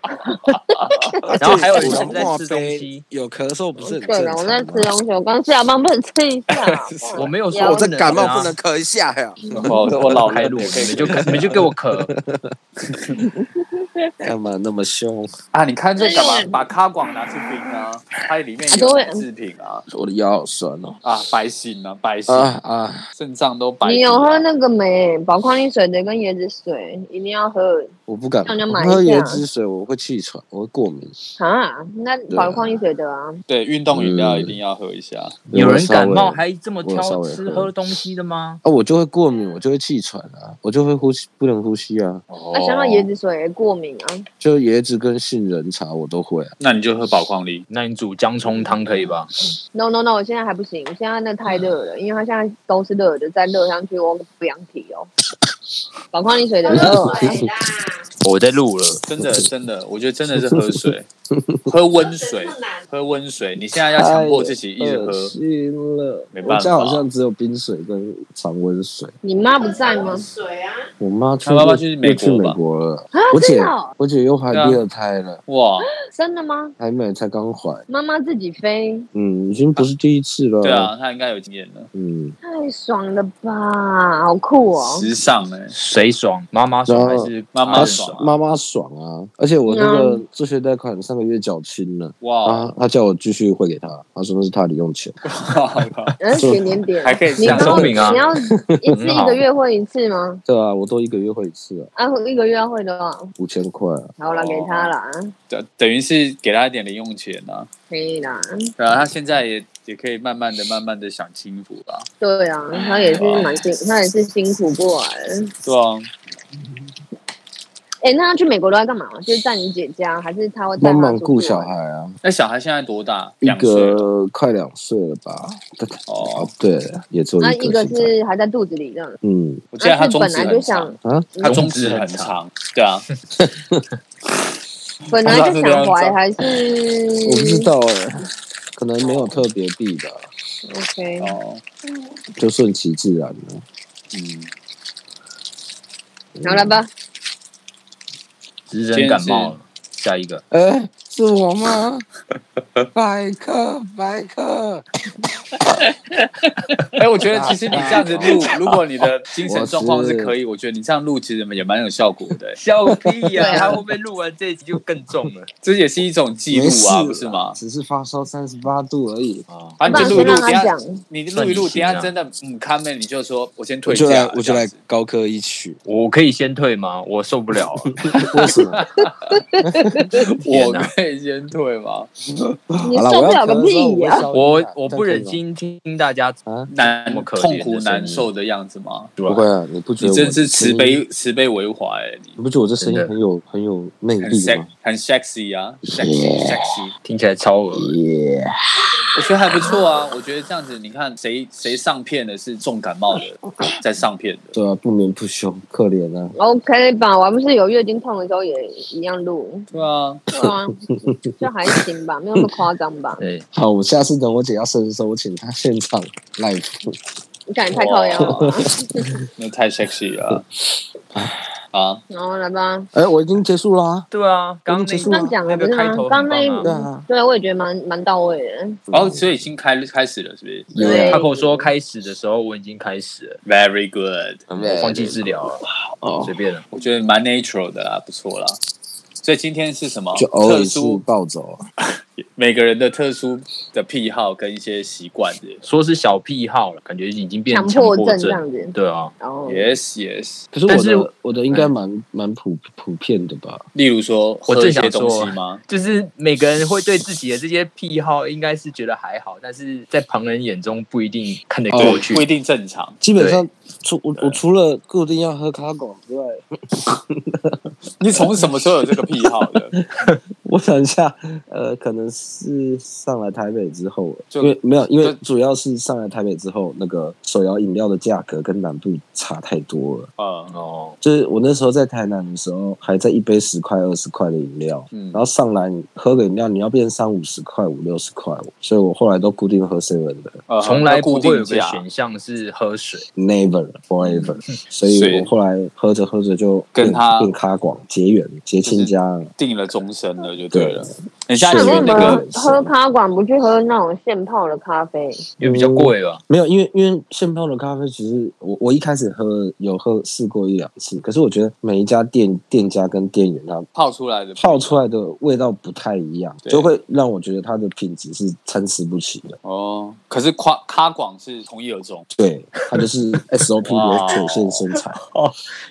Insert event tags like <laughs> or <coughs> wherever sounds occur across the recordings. <laughs> 然后还有而且人小在啊挂吃东西杯，有咳嗽不是很对正了，我常吗。在吃？东西，我刚吃到帮不能吃一下我没有说不要我在不能感冒啊不能咳一下呀，我 <laughs> 我老开了路，也可以你就你就给我咳，干嘛哎那么凶？啊！你看这干这嘛个？把咖广拿去冰啊，它里面啊有对奶制品啊我的腰好酸哦！啊，白心啊，白心，啊啊！肾脏都白。啊你有喝？那个没？宝矿力水的跟椰子水一定要喝我不敢那你要我买喝一下椰汁水，我会气喘，我会过敏。啊！那宝矿力水的啊，对，运动饮料嗯一定要喝一下。有人感冒我稍微还这么我稍挑微吃喝喝东西的吗？啊，我就会过敏，我就会气喘啊，我就会呼吸不能呼吸啊。哦那想到椰子水也过敏啊，就椰子跟杏仁茶我都会啊。那你就喝宝矿力。那你煮姜葱汤可以吧？ No no no，我现在还不行，现在那太热了，因为它现在都是热的，再热上去我不想提哦。宝矿力水的热，哦 <laughs> 哎我在录了，真的真的，我觉得真的是喝 <laughs> 水，喝温水，喝温水。你现在要强迫自己一直喝太恶，心了。没哎我办家法。好像只有冰水跟常温水。你妈不在吗？水啊，我妈去她爸爸又去美又去国美吧国了，我真姐的哦我姐又怀对啊第二胎了，哇，真的吗？还没才刚怀，妈妈自己飞，嗯，已经不是第一次了。对，啊，他应该有经验了，嗯，太爽了吧，好酷哦！时尚哎，谁爽？妈妈爽还然后是妈妈大人爽爽？妈妈爽啊！而且我那嗯个助学贷款上个月缴清了，哇啊，，她叫我继续汇给她，她说那是她零用钱。而且点点还点，可以你享要受聪明啊你 <laughs> 要一次很好一个月会一次吗？对啊，我都一个月汇一次啊，啊，一个月要会多少？五千块啊，好了，哦给他啦，等 <laughs> 等于是给他一点零用钱啊，可以啦。然后他现在也也可以慢慢的、慢慢的享清福啦，对啊，他也是蛮辛，他也是辛苦过来的。对啊，哎、那他去美国都在干嘛？就是在你姐家，还是他会带帮他忙出去顾小玩？孩啊，那小孩现在多大？一两岁个快两岁了吧？哦啊，，对，也只有啊，一一个个现在。是还在肚子里这样。嗯我记得啊他是中本指来就很想长，，啊，他中指很长，<laughs> 对啊，本来就想他是这样怀，还是我不知嗯道哎、可能没有特别必吧， OK，哦，就顺其自然了。嗯，好了吧？只是人感冒了。下一个，哎、是我吗？百克，百克，哎、我觉得其实你这样子 <laughs> 录，如果你的精神状况是可以，我觉得你这样录其实也蛮有效果的、 <laughs> 欸笑屁对啊他会不会录完这一集就更重了？这也是一种记录没事啊，啦不是吗？只是发烧三十八度而已。 <laughs> 啊，啊，你那就录一先让录，等一他下讲，你录一录，等一下算是啊真的嗯，看妹你就说我先我退就下来，，我就来这样子高歌一曲。我可以先退吗？我受不 <laughs> 了啊，为什么？我可以先退吗？你好了，啊受我要不了咳的个时候屁呀、我我不忍心听大家啊！难这么可怜的痛苦难受的样子吗？不会啊，你不觉你得我真是慈声音？悲慈悲为怀、欸你你不觉得我这声音真的很有很有魅很力 sex 吗？很 sexy 啊，sexy sexy，听起来超恶心。耶！我觉得还不错啊。我觉得这样子，你看谁谁上片的是重感冒的，在上片的。对啊，不眠不休，可怜啊！ OK 吧，我还不是有月经痛的时候也一样录，对啊，对啊，就还行吧，没有那么夸张吧？对，好，我下次等我姐要生的时候，我请她现场 live。你感觉太靠腰了吧，那太 sexy 了啊！啊，然后来吧，哎、我已经结束啦、对啊，刚刚那结束这了样讲那了不个是开吗头？很刚棒刚那啊对啊，对我也觉得蛮蛮到位的，哦，所以已经开开始了，是不是有他对跟我说开始的时候，我已经开始了， ？Very good，嗯我放弃治疗了，哦随，便了。我觉得蛮 natural 的啦，不错啦。所以今天是什么？就偶尔特是殊暴走，啊每个人的特殊的癖好跟一些习惯的。说是小癖好了，感觉已经变成强迫迫这样子，对啊，然后 Yes, yes。可是但我是的我的哎应该蛮蛮普普遍的吧？例如说，我喝一正想些东西说吗？就是每个人会对自己的这些癖好，应该是觉得还好，但是在旁人眼中不一定看得过哦去。不一定正常。基本上除我我除了固定要喝卡狗之外，你从什么时候有这个癖好 <laughs> 的？嗯我想一下，呃，可能是上来台北之后，就因为没有，因就为主要是上来台北之后，那个手摇饮料的价格跟南部差太多了。嗯，哦，就是我那时候在台南的时候，还在一杯十块、二十块的饮料，嗯然后上来你喝个饮料，你要变三五十块、五六十块，所以我后来都固定喝 seven 的呃从来不固会有定个价，选项嗯是喝水， ，never forever，所以我后来喝着喝着就跟变他变咖广结缘结亲家了，定了终身了就对了。很像对那去为什那个么喝咖馆不去喝那种现泡的咖啡？因为比较贵吧。没有，因为因为现泡的咖啡，其实我我一开始喝有喝试过一两次，可是我觉得每一家店店家跟店员他泡出来的泡出来的味道不太一样，对就会让我觉得它的品质是参差不齐的。哦，可是夸咖广是同一而终，对，它就是 SOP 哇有曲线生产，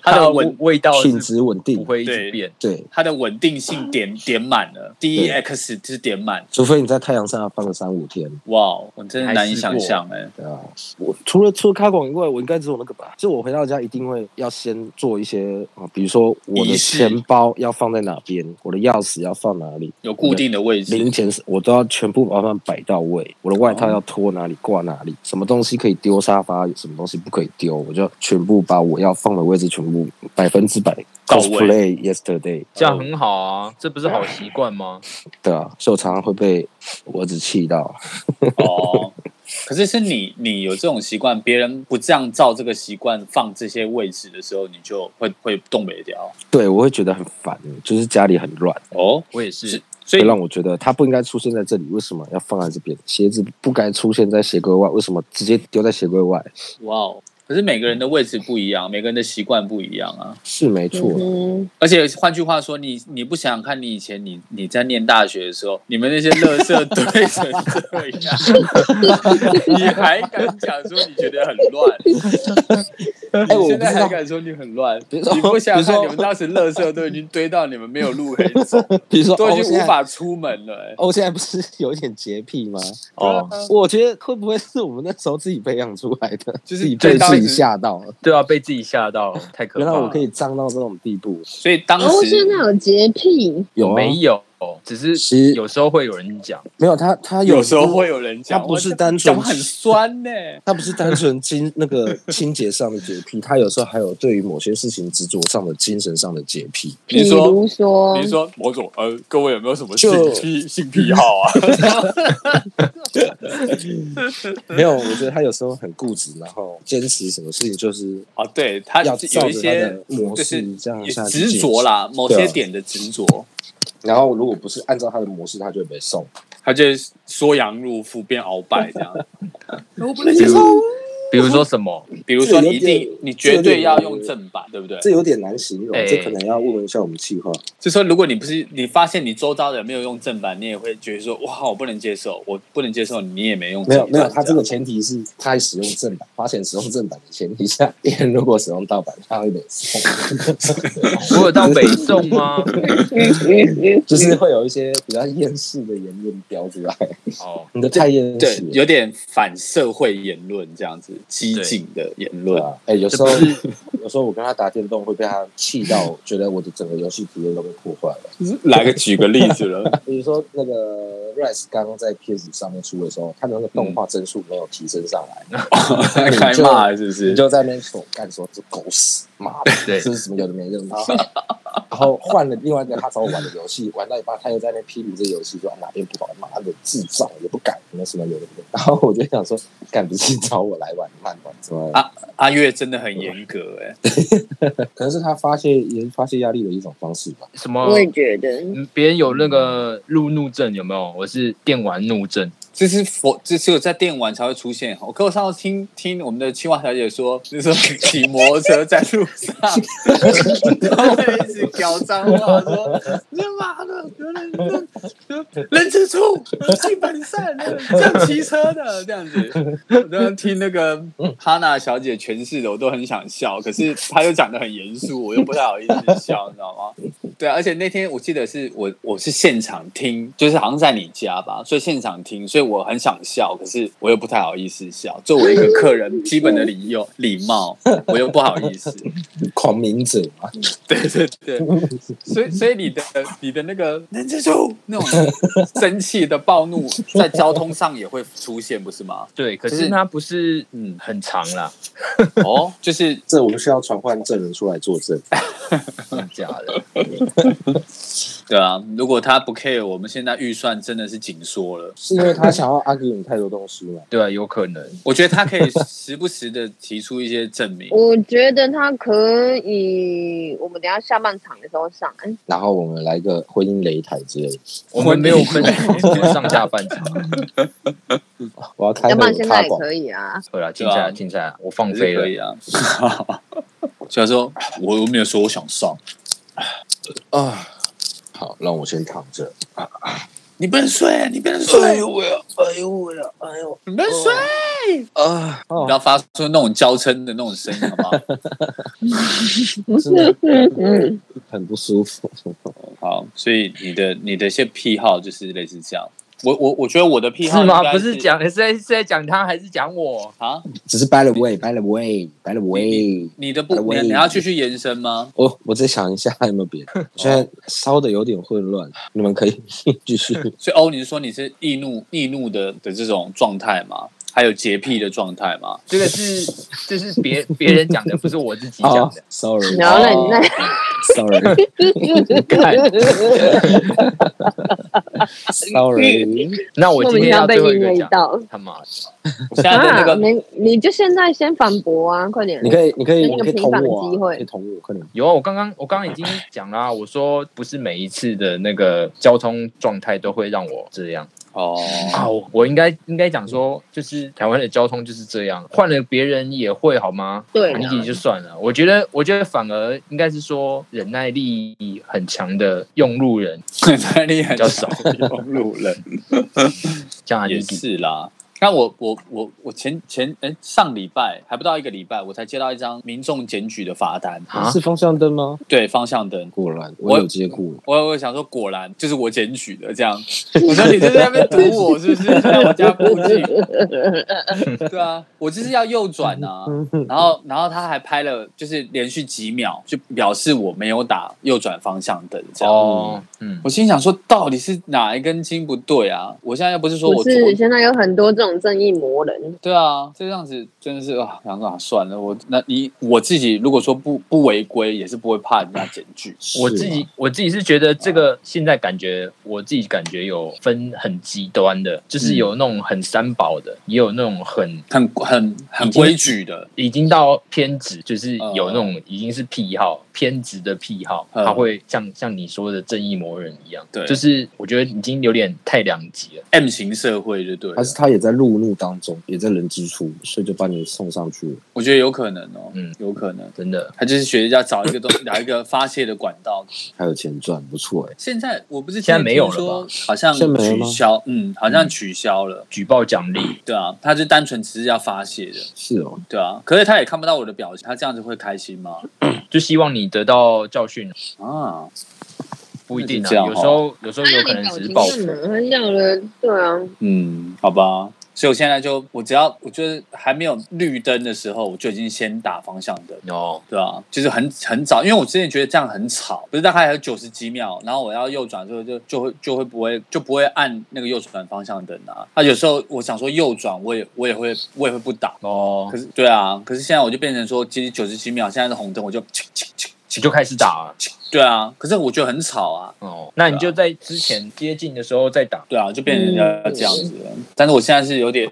它的味稳味道是品质稳不定。会一直变。对，它的稳定性点点满了，D E X 就是点满，除非你在太阳下放个三五天，哇哦，我真的难以想象哎、对啊。我除了除了开广以外，我应该只有那个吧。就我回到家一定会要先做一些啊、比如说我仪的式钱包要放在哪边，我的钥匙要放哪里，有固定的位置零，钱是我都要全部把它们摆到位，我的外套要脱哪里挂哪里，什么东西可以丢沙发，什么东西不可以丢，我就全部把我要放的位置全部百分之百到 cosplay yesterday，这样很好啊，这不是好习惯吗？对啊，所以我常常会被我儿子气到，哦。可是是你，你有这种习惯，别人不这样照这个习惯放这些位置的时候，你就会会动北调对我会觉得很烦，就是家里很乱，哦。我也是是，，所会以让我觉得它不应该出现在这里，为什么要放在这边？鞋子不该出现在鞋柜外，为什么直接丢在鞋柜外？哇哦，可是每个人的位置不一样，每个人的习惯不一样啊。是没错，嗯，而且换句话说，你你不想想看，你以前你你在念大学的时候，你们那些垃圾堆成这样，你还敢讲说你觉得很乱？ <laughs> 哎你我不知道现在还敢说你很乱？比如说你不想比如想看，说你们当时垃圾都已经堆到你们没有路可以走， <laughs> 比如说都已哦经现在无法出门了、欸。哦，现在不是有一点洁癖吗？哦，我觉得会不会是我们那时候自己培养出来的，就是自己被对当自时己吓到了。对啊，被自己吓到，太可怕原了。来我可以脏到这种地步，所以当哦，时现在有洁癖，有啊没有，只其是实有时候会有人讲，没有他，他有时候会，有人讲，他不是哇单纯脚很酸呢、欸。他不是单纯精那个清洁上的洁癖，他有时候还有对于某些事情执着上的精神上的洁癖。比比如说如说比如，说某种呃，各位有没有什么就性癖性癖好啊？ <laughs> 没有，我觉得他有时候很固执，然后坚持什么事情就是啊，对他要有照一着他些的模就是式这样也下去执着啦，某对些啊点的执着，然后如果不是按照他的模式，他就会被送。他就缩阳入腹变鳌拜 <laughs> 这样。比如比如说什么，比如说，这你有一点定你绝对要用正版，对不对？这有点难形容，哎这可能要问一下我们企划。就说如果你不是你发现你周遭的人没有用正版，你也会觉得说哇，我不能接受，我不能接受你也没用没正有版。没有，他这样个前提是他使用正 <laughs> 版，花钱使用正版的前提下，别人如果使用盗版，他会被 <laughs> 送，我有到北宋吗？就是会有一些比较厌世的言论飙出来，哦， <laughs> 你的太厌对世，了，有点反社会言论这样子，激进的言对论。啊，哎，有时这 <laughs> 候不是有时候我跟他打电动会被他气到，觉得我的整个游戏体验都被破坏了。来个举个例子 <laughs> 了，比如说那个 Rise 刚刚在 PS 上面出的时候，他的那个动画帧数没有提升上来， <laughs> 开骂了是不是你？就在那边说干说这狗屎，妈的，对这是什么有的没的。然后然后换了另外一个他找我玩的游戏，玩到一半他又在那边批评这游戏说哪边不好，妈的智障也不敢，什么什么有的没的。然后我就想说，干不是找我来玩慢玩什么？啊阿月真的很严格哎、可能是他发泄也是发泄压力的一种方式吧。什么我？也觉得，嗯别人有那个路怒症有没有？我是电玩怒症，这是佛，这只有在电玩才会出现。我可我上次听听我们的青蛙小姐说，那时候骑摩托车在路上，然后会一直飙脏话，说你妈的，原来人人之初，性本善，这样骑车的这样子。我刚刚听那个哈娜小姐诠释的，我都很想笑，可是她又讲的很严肃，我又不太好意思笑，你知道吗？对啊，而且那天我记得是我我是现场听，就是好像在你家吧，所以现场听，所以我很想笑，可是我又不太好意思笑。作为一个客人，基本的礼又礼貌，我又不好意思。 <laughs> 狂民者嘛，对对对，所以所以你的你的那个能接受那种生气的暴怒，在交通上也会出现，不是吗？对，可就是是它不是嗯嗯很长啦，哦，就是这我们需要传唤证人出来作证。真的假的？对啊，如果他不 care，我们现在预算真的是紧缩了。是因为他想要 argue 你太多东西嘛？对啊，有可能。我觉得他可以时不时的提出一些证明。我觉得他可以，我们等一下下半场的时候上。哎、然后我们来个婚姻擂台之类的。我们没有分上下半场，我要开要不那然个现咖在也广，可以啊。对啊，竞赛对啊啊竞赛啊，我放也飞是可了。以啊。 <laughs> 虽然说，我我没有说我想上，啊。好，让我先躺着。你不能睡，你不能睡，我要，哎呦我要，哎呦你不能睡，啊！哦不要发出那种娇嗔的那种声音，好不好？真的嗯，很不舒服。好，所以你的你的一些癖好就是类似这样。我我我觉得我的癖好是应吗？该不是是讲的是在是在讲他，还是讲我？啊，只是 by the way，by the way，by the way。你的不我你你要继续延伸吗？我我再想一下还有没有别的，我现在烧的有点混乱，你们可以继续。所以欧，你是说你是易怒易怒的的这种状态吗？还有洁癖的状态吗？这个是这是别别人讲的，不是我自己哦讲的。 ，sorry，然后呢，哦你那 sorry，sorry，那我 <laughs> 莫今名其天妙要被最后一阴个了一讲，道他妈的我现在的那啊！ <laughs> 个没，你就现在先反驳啊，快点！你可以，你可以，那你个可以平捅反的我啊，机会你可以捅我，快点。有啊！我刚刚我刚刚已经讲啦、我说不是每一次的那个交通状态都会让我这样哦， <laughs> 啊！我我应该应该讲说，就是台湾的交通就是这样，换了别人也会好吗？对啊你啦自己就算了，我觉得我觉得反而应该是说忍耐力很强的用路人，太厉害，比较少用路人。像阿也尼基是啦。那我我我我前前哎、上礼拜还不到一个礼拜，我才接到一张民众检举的罚单，啊是，方向灯吗？对方向灯。果然，我我有接过。我我想说，果然就是我检举的这样。我说你就是在那边堵我，是不是？在我家附近。对啊，我就是要右转啊。嗯然后然后他还拍了，就是连续几秒，就表示我没有打右转方向灯这样。哦，嗯，我心想说，到底是哪一根筋不对啊？我现在又不是说不我是左现在有很多这种正义魔人，对啊，这样子真的是啊，想说啊，算了，我那你我自己如果说不不违规，也是不会怕人家检举。我是自啊己我自己是觉得这个现在感觉，我自己感觉有分很极端的，就是有那种很三宝的，也有那种很 <coughs> 很很很已经规矩的，已经到偏执，就是有那嗯种已经是癖好偏执的癖好，嗯他会像像你说的正义魔人一样，对就是我觉得已经有点太两极了。 M 型社会就对了还是他也在路怒当中，也在人之初，所以就把你送上去了。我觉得有可能哦，嗯嗯，有可能。真的，他就是学人家找一个东西， <coughs> 找一个发泄的管道。还有钱赚，不错哎、现在我不是现在没有了吧听说，好像现在没了取吗消，嗯，好像取消了。举报奖励，对啊，他就单纯只是要发泄的，是哦，对啊。可是他也看不到我的表情，他这样子会开心吗？就希望你得到教训，啊，不一定那啊，是这样哦有时候有时候有可能只是报复。他要了，对啊，嗯，好吧。所以我现在就，我只要我觉得还没有绿灯的时候，我就已经先打方向灯，哦，对啊，就是很很早，因为我之前觉得这样很吵，不是大概还有九十几秒，然后我要右转的时候就就会就会不会就不会按那个右转方向灯啊。那有时候我想说右转，我也我也会我也会不打，哦可，是对啊，可是现在我就变成说，其实九十几秒现在是红灯，我就你就开始打了。对啊，可是我觉得很吵啊，哦，那你就在之前接近的时候再打。对啊，就变成嗯要这样子了。但是我现在是有点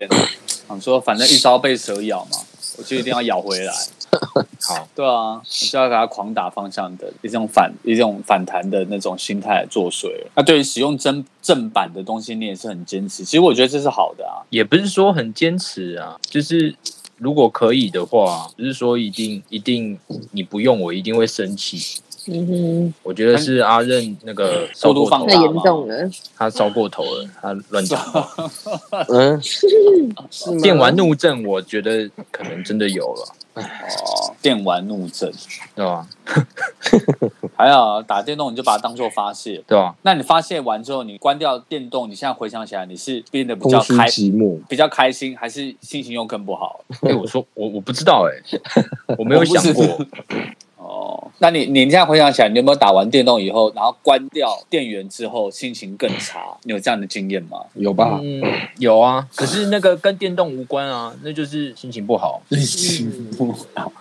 想说，反正一朝被蛇咬嘛，我就一定要咬回 <laughs> 来。好，对啊，我就要给它狂打方向的一种反一种反弹的那种心态来作祟了。那对于使用正正版的东西，你也是很坚持。其实我觉得这是好的啊。也不是说很坚持啊，就是如果可以的话，不是说一定一定你不用我一定会生气。嗯哼，我觉得是阿任那个烧过嗯过头度太放了，大严重了，他烧过头了，他乱 <laughs> 讲。嗯，啊是吗电玩怒症，我觉得可能真的有了，哦，电玩怒症，对吧？还好啊打电动你就把它当做发泄。对吧？那你发泄完之后，你关掉电动，你现在回想起来，你是变得比空较虚开寂寞，比较开心，还是心情又更不好？哎，我说我我不知道哎， <laughs> 我没有想我过。哦，那你你现在回想起来，你有没有打完电动以后，然后关掉电源之后心情更差？你有这样的经验吗？有吧？嗯，有啊，可是那个跟电动无关啊，那就是心情不好。心情不好。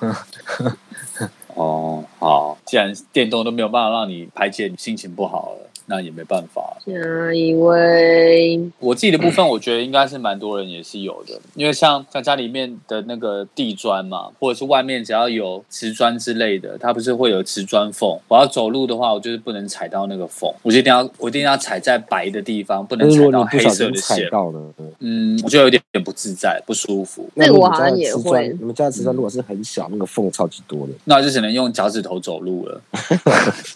哦，好，既既然电动都没有办法让你排解你心情不好了，那也没办法。 <laughs> 下一位，我自己的部分，我觉得应该是蛮多人也是有的，因为像像家里面的那个地砖嘛，或者是外面只要有瓷砖之类的，它不是会有瓷砖缝。我要走路的话，我就是不能踩到那个缝，我就一定要我一定要踩在白的地方，不能但是踩如果到你不黑小色心的踩线。到呢？嗯嗯，我就有点不自在、不舒服，那这个我你们好家像的也瓷会砖，你们家的瓷砖如果是很小，那个缝超级多的，那我就只能用脚趾头走路了。 <laughs>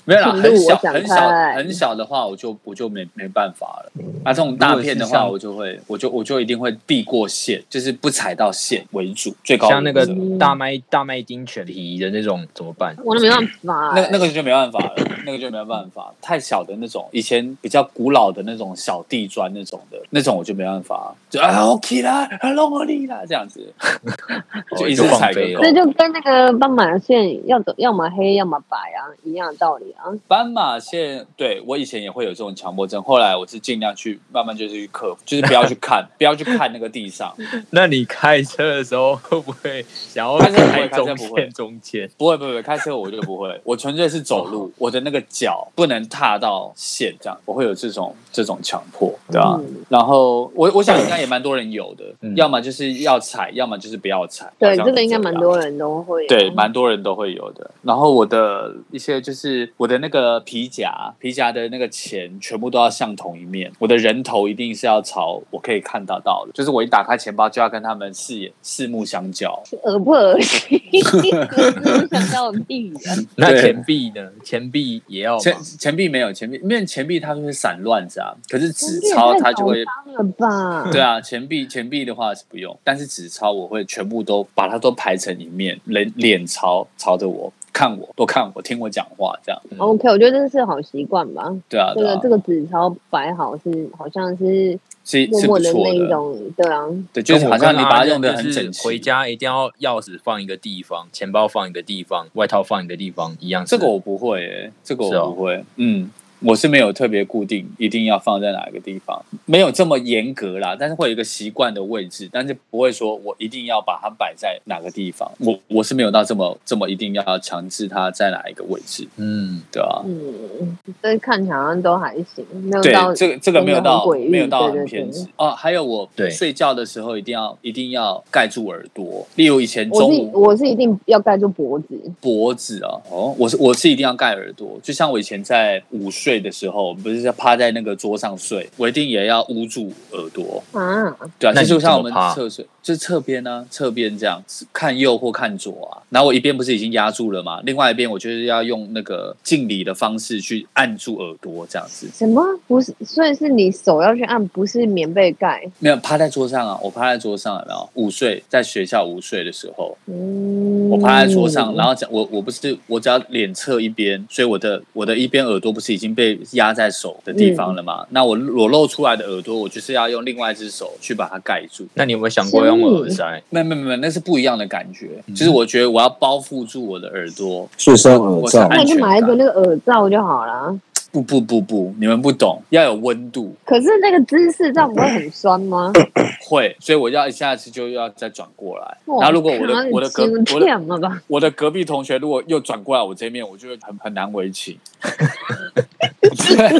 没有啦，请很路小我想很小看很小的话，我就我就没没办法了。那、这种大片的话，如我就会我就我就一定会避过线，就是不踩到线为主，最高像那个原则大麦大麦丁犬蹄的那种怎么办？我都没办法、那那个就没办法了，那个就没办法，太小的那种，以前比较古老的那种小地砖那种的，那种我就没办法，就啊 OK 啦，啊弄我力啦这样子， <laughs> 就一直哦就放踩飞了个够这。就跟那个斑马线要走，要么黑，要么白啊，一样的道理啊。斑马线，对我以前也会有这种强迫症，后来我是尽量去慢慢就是去克服，就是不要去看，不要去看那个地上，那你开车的时候会不会想要开车不会开开车中不会间中间？不会不会不会，开车我就不会，我纯粹是走路，我的那个脚不能踏到线，这样我会有这种这种强迫，对啊。嗯然后我我想应该也蛮多人有的，嗯要么就是要踩，要么就是不要踩。好对，像这个应该是蛮样多人都会有。啊对，蛮多人都会有的。然后我的一些就是我的那个皮夹，皮夹的那个钱全部都要向同一面，我的人头一定是要朝我可以看得到的，就是我一打开钱包就要跟他们视野四目相交。恶不恶心？ <laughs> 我想到屁啊！那对钱币呢？钱币也哦要吗钱钱币没有钱币，因为钱币它就会散乱着啊，可是纸这钞也它太就会。夸张了吧？对啊，钱币钱币的话是不用，但是纸钞我会全部都把它都排成一面，脸脸朝朝着我看我，多看我，听我讲话这样。 OK，我觉得这是好习惯吧。对嗯啊，这对个啊这个纸钞摆好是好像是是默是默不的错那一种，对啊，对，就是好像你把它用的很跟我跟阿整任就齐。是回家一定要钥匙放一个地方，钱包放一个地方，外套放一个地方，一样是。这个我不会、欸，这个是我哦不会。嗯，我是没有特别固定，一定要放在哪一个地方，没有这么严格啦。但是会有一个习惯的位置，但是不会说我一定要把它摆在哪个地方。我我是没有到这么这么一定要强制它在哪一个位置，嗯，对啊。嗯，这看起来好像都还行，没有对到，这个这个没有真的到很诡异没有对到对很对偏执哦。还有我对睡觉的时候一定要一定要盖住耳朵，例如以前我中是午我是一定要盖住脖子，脖子啊，哦，我是我是一定要盖耳朵，就像我以前在午睡的时候，不是在趴在那个桌上睡，我一定也要捂住耳朵，啊，对啊，那这你就像我们怎么趴侧睡，就是侧边呢、侧边这样看右或看左啊，然后我一边不是已经压住了吗？另外一边我就是要用那个敬礼的方式去按住耳朵，这样子，什么不是？所以是你手要去按，不是棉被盖。没有趴在桌上啊，我趴在桌上有没有？午睡在学校午睡的时候，嗯，我趴在桌上，然后讲我我不是我只要脸侧一边，所以我的我的一边耳朵不是已经被压在手的地嗯方了吗？那我裸露出来的耳朵，我就是要用另外一只手去把它盖住。那你有没有想过用耳 <laughs> 塞？没没没，那是不一样的感觉，嗯就是我觉得我要包覆住我的耳朵。所以是要耳我想罩那按。你就买一个安全那个耳罩就好了。不不不不，你们不懂，要有温度，可是那个姿势这样不会很酸吗？会，所以我要一下子就要再转过来。哇 <coughs> 然后如果我的我的隔看到你惊我的骗了吧？我的隔壁同学如果又转过来我这面，我就会很很难为情。 <laughs>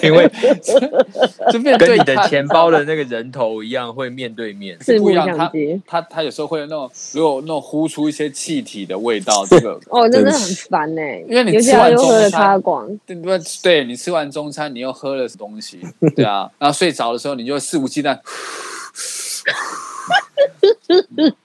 因为就变跟对你的看钱包的那个人头一样，会面对面。四不目一样相接。它它有时候会有那种，如果有那种呼出一些气体的味道，这个哦，那真的很烦呢、因为你尤其吃完他又中喝了餐咖广，对不对？你吃完中餐，你又喝了东西，对啊，然后睡着的时候，你就肆无忌惮。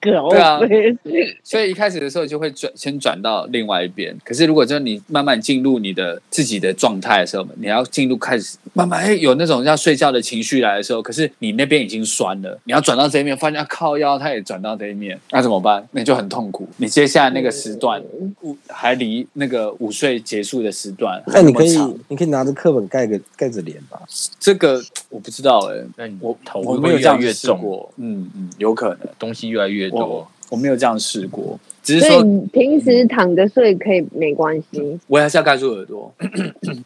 狗对啊飞所以一开始的时候就会转先转到另外一边。可是如果就是你慢慢进入你的自己的状态的时候，你要进入开始慢慢哎有那种要睡觉的情绪来的时候，可是你那边已经酸了，你要转到这一面，发现啊靠腰它也转到这一面，那怎么办？那就很痛苦。你接下来那个时段，午还离那个午睡结束的时段那还你那么可以长，，你可以拿着课本盖个盖着脸吧。这个我不知道哎、那你我头我会没有越这来样越试重，过，嗯嗯，有可能东西越来越我多。我没有这样试过。只是所以说你平时躺着睡可以没关系，我还是要盖住耳朵，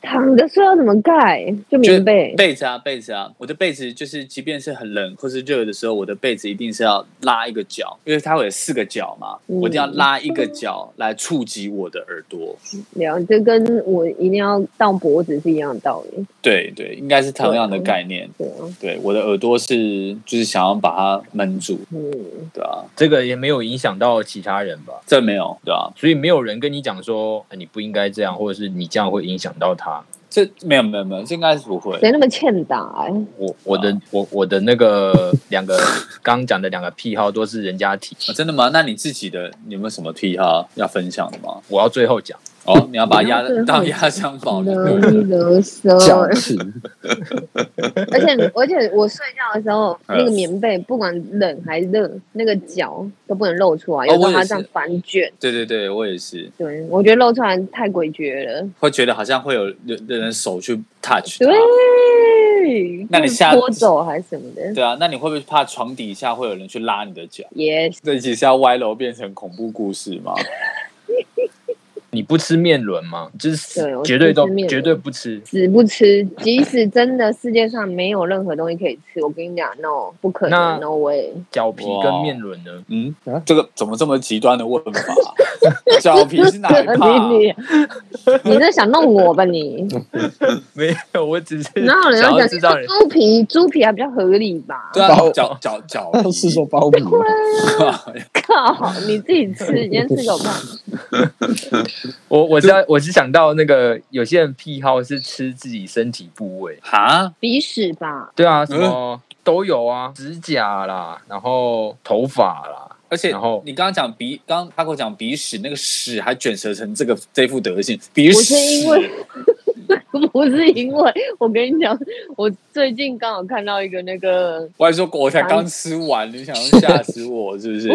躺着睡要怎么盖？就棉被。被子啊被子啊，我的被子就是即便是很冷或是热的时候，我的被子一定是要拉一个角，因为它会有四个角嘛，嗯我一定要拉一个角来触及我的耳朵。了，这跟我一定要到脖子是一样的道理。对对，应该是同样的概念。对啊，对，我的耳朵是就是想要把它闷住，嗯，对啊，这个也没有影响到其他人吧？这没有，对啊，所以没有人跟你讲说、哎你不应该这样，或者是你这样会影响到他。这没有没有没有，这应该是不会。谁那么欠打、欸？我我的、啊我我的那个两个 <laughs> 刚刚讲的两个癖好都是人家提，啊真的吗？那你自己的你有没有什么癖好要分享的吗？我要最后讲。哦，你要把它压你要最后当压箱宝的，哦勒对一 <laughs> 勒索。矫情，而且而且我睡觉的时候， <laughs> 嗯那个棉被不管冷还热，那个脚都不能露出来，哦有时我候也它这样是翻卷。对对对，我也是对，我觉得露出来太诡谲了。会觉得好像会有人人手去 touch 它。对，那你下拖走还是什么的？对啊，那你会不会怕床底下会有人去拉你的脚？也这一集是要歪楼变成恐怖故事吗？你不吃面轮吗？就是对我绝对都不吃面轮绝对不吃。死不吃，即使真的世界上没有任何东西可以吃，我跟你讲，no，不可那能，no way。脚皮跟哇面轮呢？嗯啊，这个怎么这么极端的问法？脚皮是哪一 <laughs> 趴？你你这想弄我吧你？ <laughs> 没有，我只是哪有人想要要讲知道人猪皮？猪皮还比较合理吧？对啊包，脚脚脚他皮 <laughs> 是说包皮吗， <laughs> 靠，你自己吃，你先吃狗吧。我我知道，我是想到那个有些人癖好是吃自己身体部位， <laughs> 哈，鼻屎吧， <laughs> 对啊，什嗯么都有啊，指甲啦，然后头发啦，而且然后你刚刚讲鼻，刚刚他跟我讲鼻屎，那个屎还卷舌成这个这副德性，鼻不屎是因为。不是因为我跟你讲，我最近刚好看到一个那个 <laughs> 我还说我才刚吃完，你想要吓死我是不是？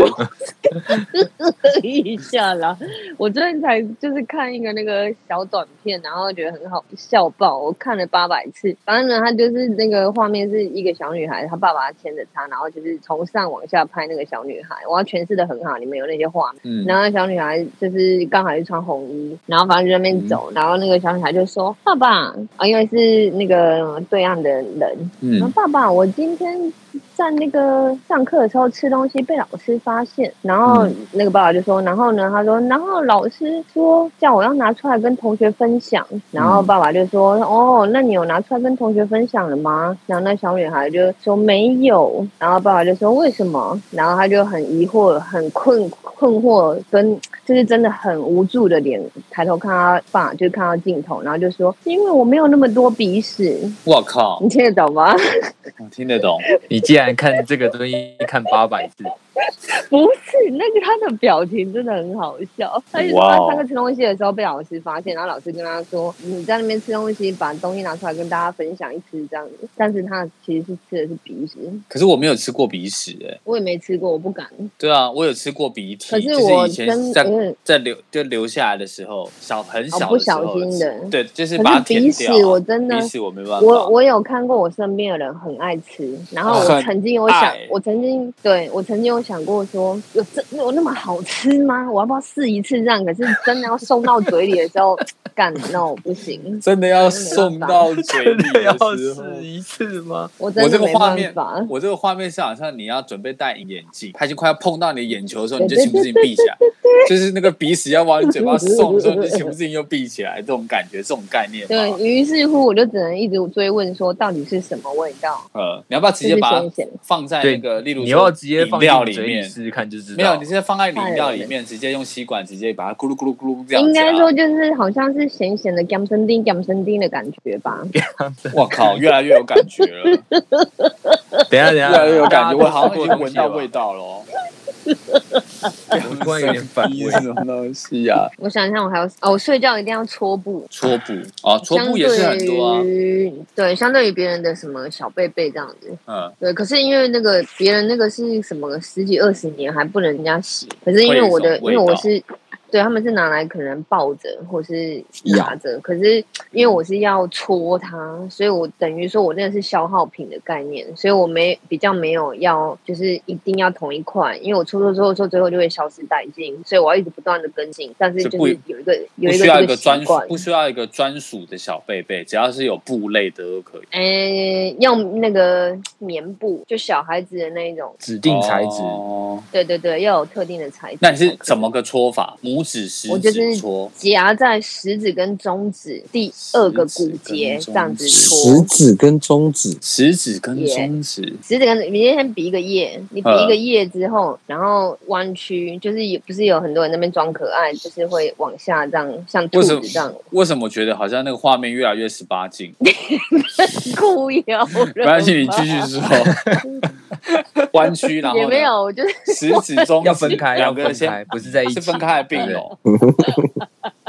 一下啦，我最近才就是看一个那个小短片，然后觉得很好笑爆，我看了八百次。反正呢，它就是那个画面是一个小女孩，她爸爸牵着她，然后就是从上往下拍那个小女孩，我要诠释的很好，里面有那些画面。嗯，然后小女孩就是刚好是穿红衣，然后反正就在那边走，然后那个小女孩就说：“爸爸啊，因为是那个对岸的人，然后嗯，爸爸，我今天在那个上课的时候吃东西被老师发现，然后那个爸爸就说，然后呢，他说，然后老师说叫我要拿出来跟同学分享，然后爸爸就说，哦，那你有拿出来跟同学分享了吗？然后那小女孩就说没有，然后爸爸就说为什么？然后他就很疑惑、很困困惑跟就是真的很无助的脸，抬头看他爸，就是看到镜头，然后就说，因为我没有那么多鼻屎，我靠，你听得懂吗？我听得懂，你竟然看这个东西看八百 <laughs> 次，不是，那个他的表情真的很好 <laughs> 笑。他就说哇他哦上课吃东西的时候被老师发现，然后老师跟他说：“你在那边吃东西，把东西拿出来跟大家分享一吃这样子。”但是他其实是吃的是鼻屎，可是我没有吃过鼻屎哎、我也没吃过，我不敢。对啊，我有吃过鼻涕，可是就我是以真前在嗯，在流就流下来的时候，小很小的时候、哦不小心的对，就是把可它是舔鼻掉。啊屎我真的鼻。屎我没办法，我我有看过，我身边的人很爱吃，然后很我曾经有想爱，我曾经对我曾经有想过说，有真有那么好吃吗？我要不要试一次这样？可是真的要送到嘴里的时候， <laughs> 干 no 不行，真的要送到嘴真里的要的时候。试一次吗？我真我这的个没画办面法。，我这个画面是好像你要准备戴眼镜，它已经快要碰到你的眼球的时候，你就情不自禁闭起来，就是那个鼻屎要往你嘴巴送的时候，你就情不自禁又闭起来，这种感觉，这种概念对嘛。于是乎，我就只能一直追问说，到底是什么味道？呃，你要不要直就接是把咸它咸。放在那个，例如你要不说要直接饮放料进里嘴里面试试看就知没有，道你。是放在饮料里面，直接用吸管直接把它咕噜咕噜咕噜这样应子、啊。该说就是好像是咸咸的 gam 生丁 gam 生丁的感觉吧。 <laughs> 我 <laughs> 靠，越来越有感觉了，等一下等一越下，来越有感觉，我啊大家好像已经都闻吃过到东西味了吧。道了哦。我突然有点反胃什么东西啊？我想想，我还有哦，我睡觉一定要搓布，搓布 <laughs> 哦，搓布也是很多啊相对。于对，相对于别人的什么小贝贝这样子。嗯，对，可是因为那个别人那个是什么十几二十年还不能人家洗，可是因为我的会有一种因为味道我是对，他们是拿来可能抱着或是拿着，可是因为我是要戳它，所以我等于说我那个是消耗品的概念，所以我没比较没有要就是一定要同一款，因为我戳戳戳戳，最后就会消失殆尽，所以我要一直不断的跟进，但是是就不是有一个有不一需要一这个个习专属惯，。不需要一个专属的小贝贝，只要是有布类的都可以。嗯，用那个棉布，就小孩子的那一种，指定材质，哦，对对对，要有特定的材质才那可你以。是怎么个搓法？拇指、食我就指是搓，夹在食指跟中指第二个骨节食指跟中指这样子食搓。指跟中指，食指跟 Yeah 中指。食指跟你先比一个叶，你比一个嗯叶之后，然后弯曲，就是也不是有很多人在那边装可爱，就是会往下这样，像兔为什子么这样 <laughs> 为什么我觉得好像那个画面越来越十八禁？酷摇。 <laughs> 没没关系，你继续 <laughs> 说。弯曲，然后也呢没有，我就是食指、中指要分开，要哦两个分先开，不是在一起，是分开还是并拢？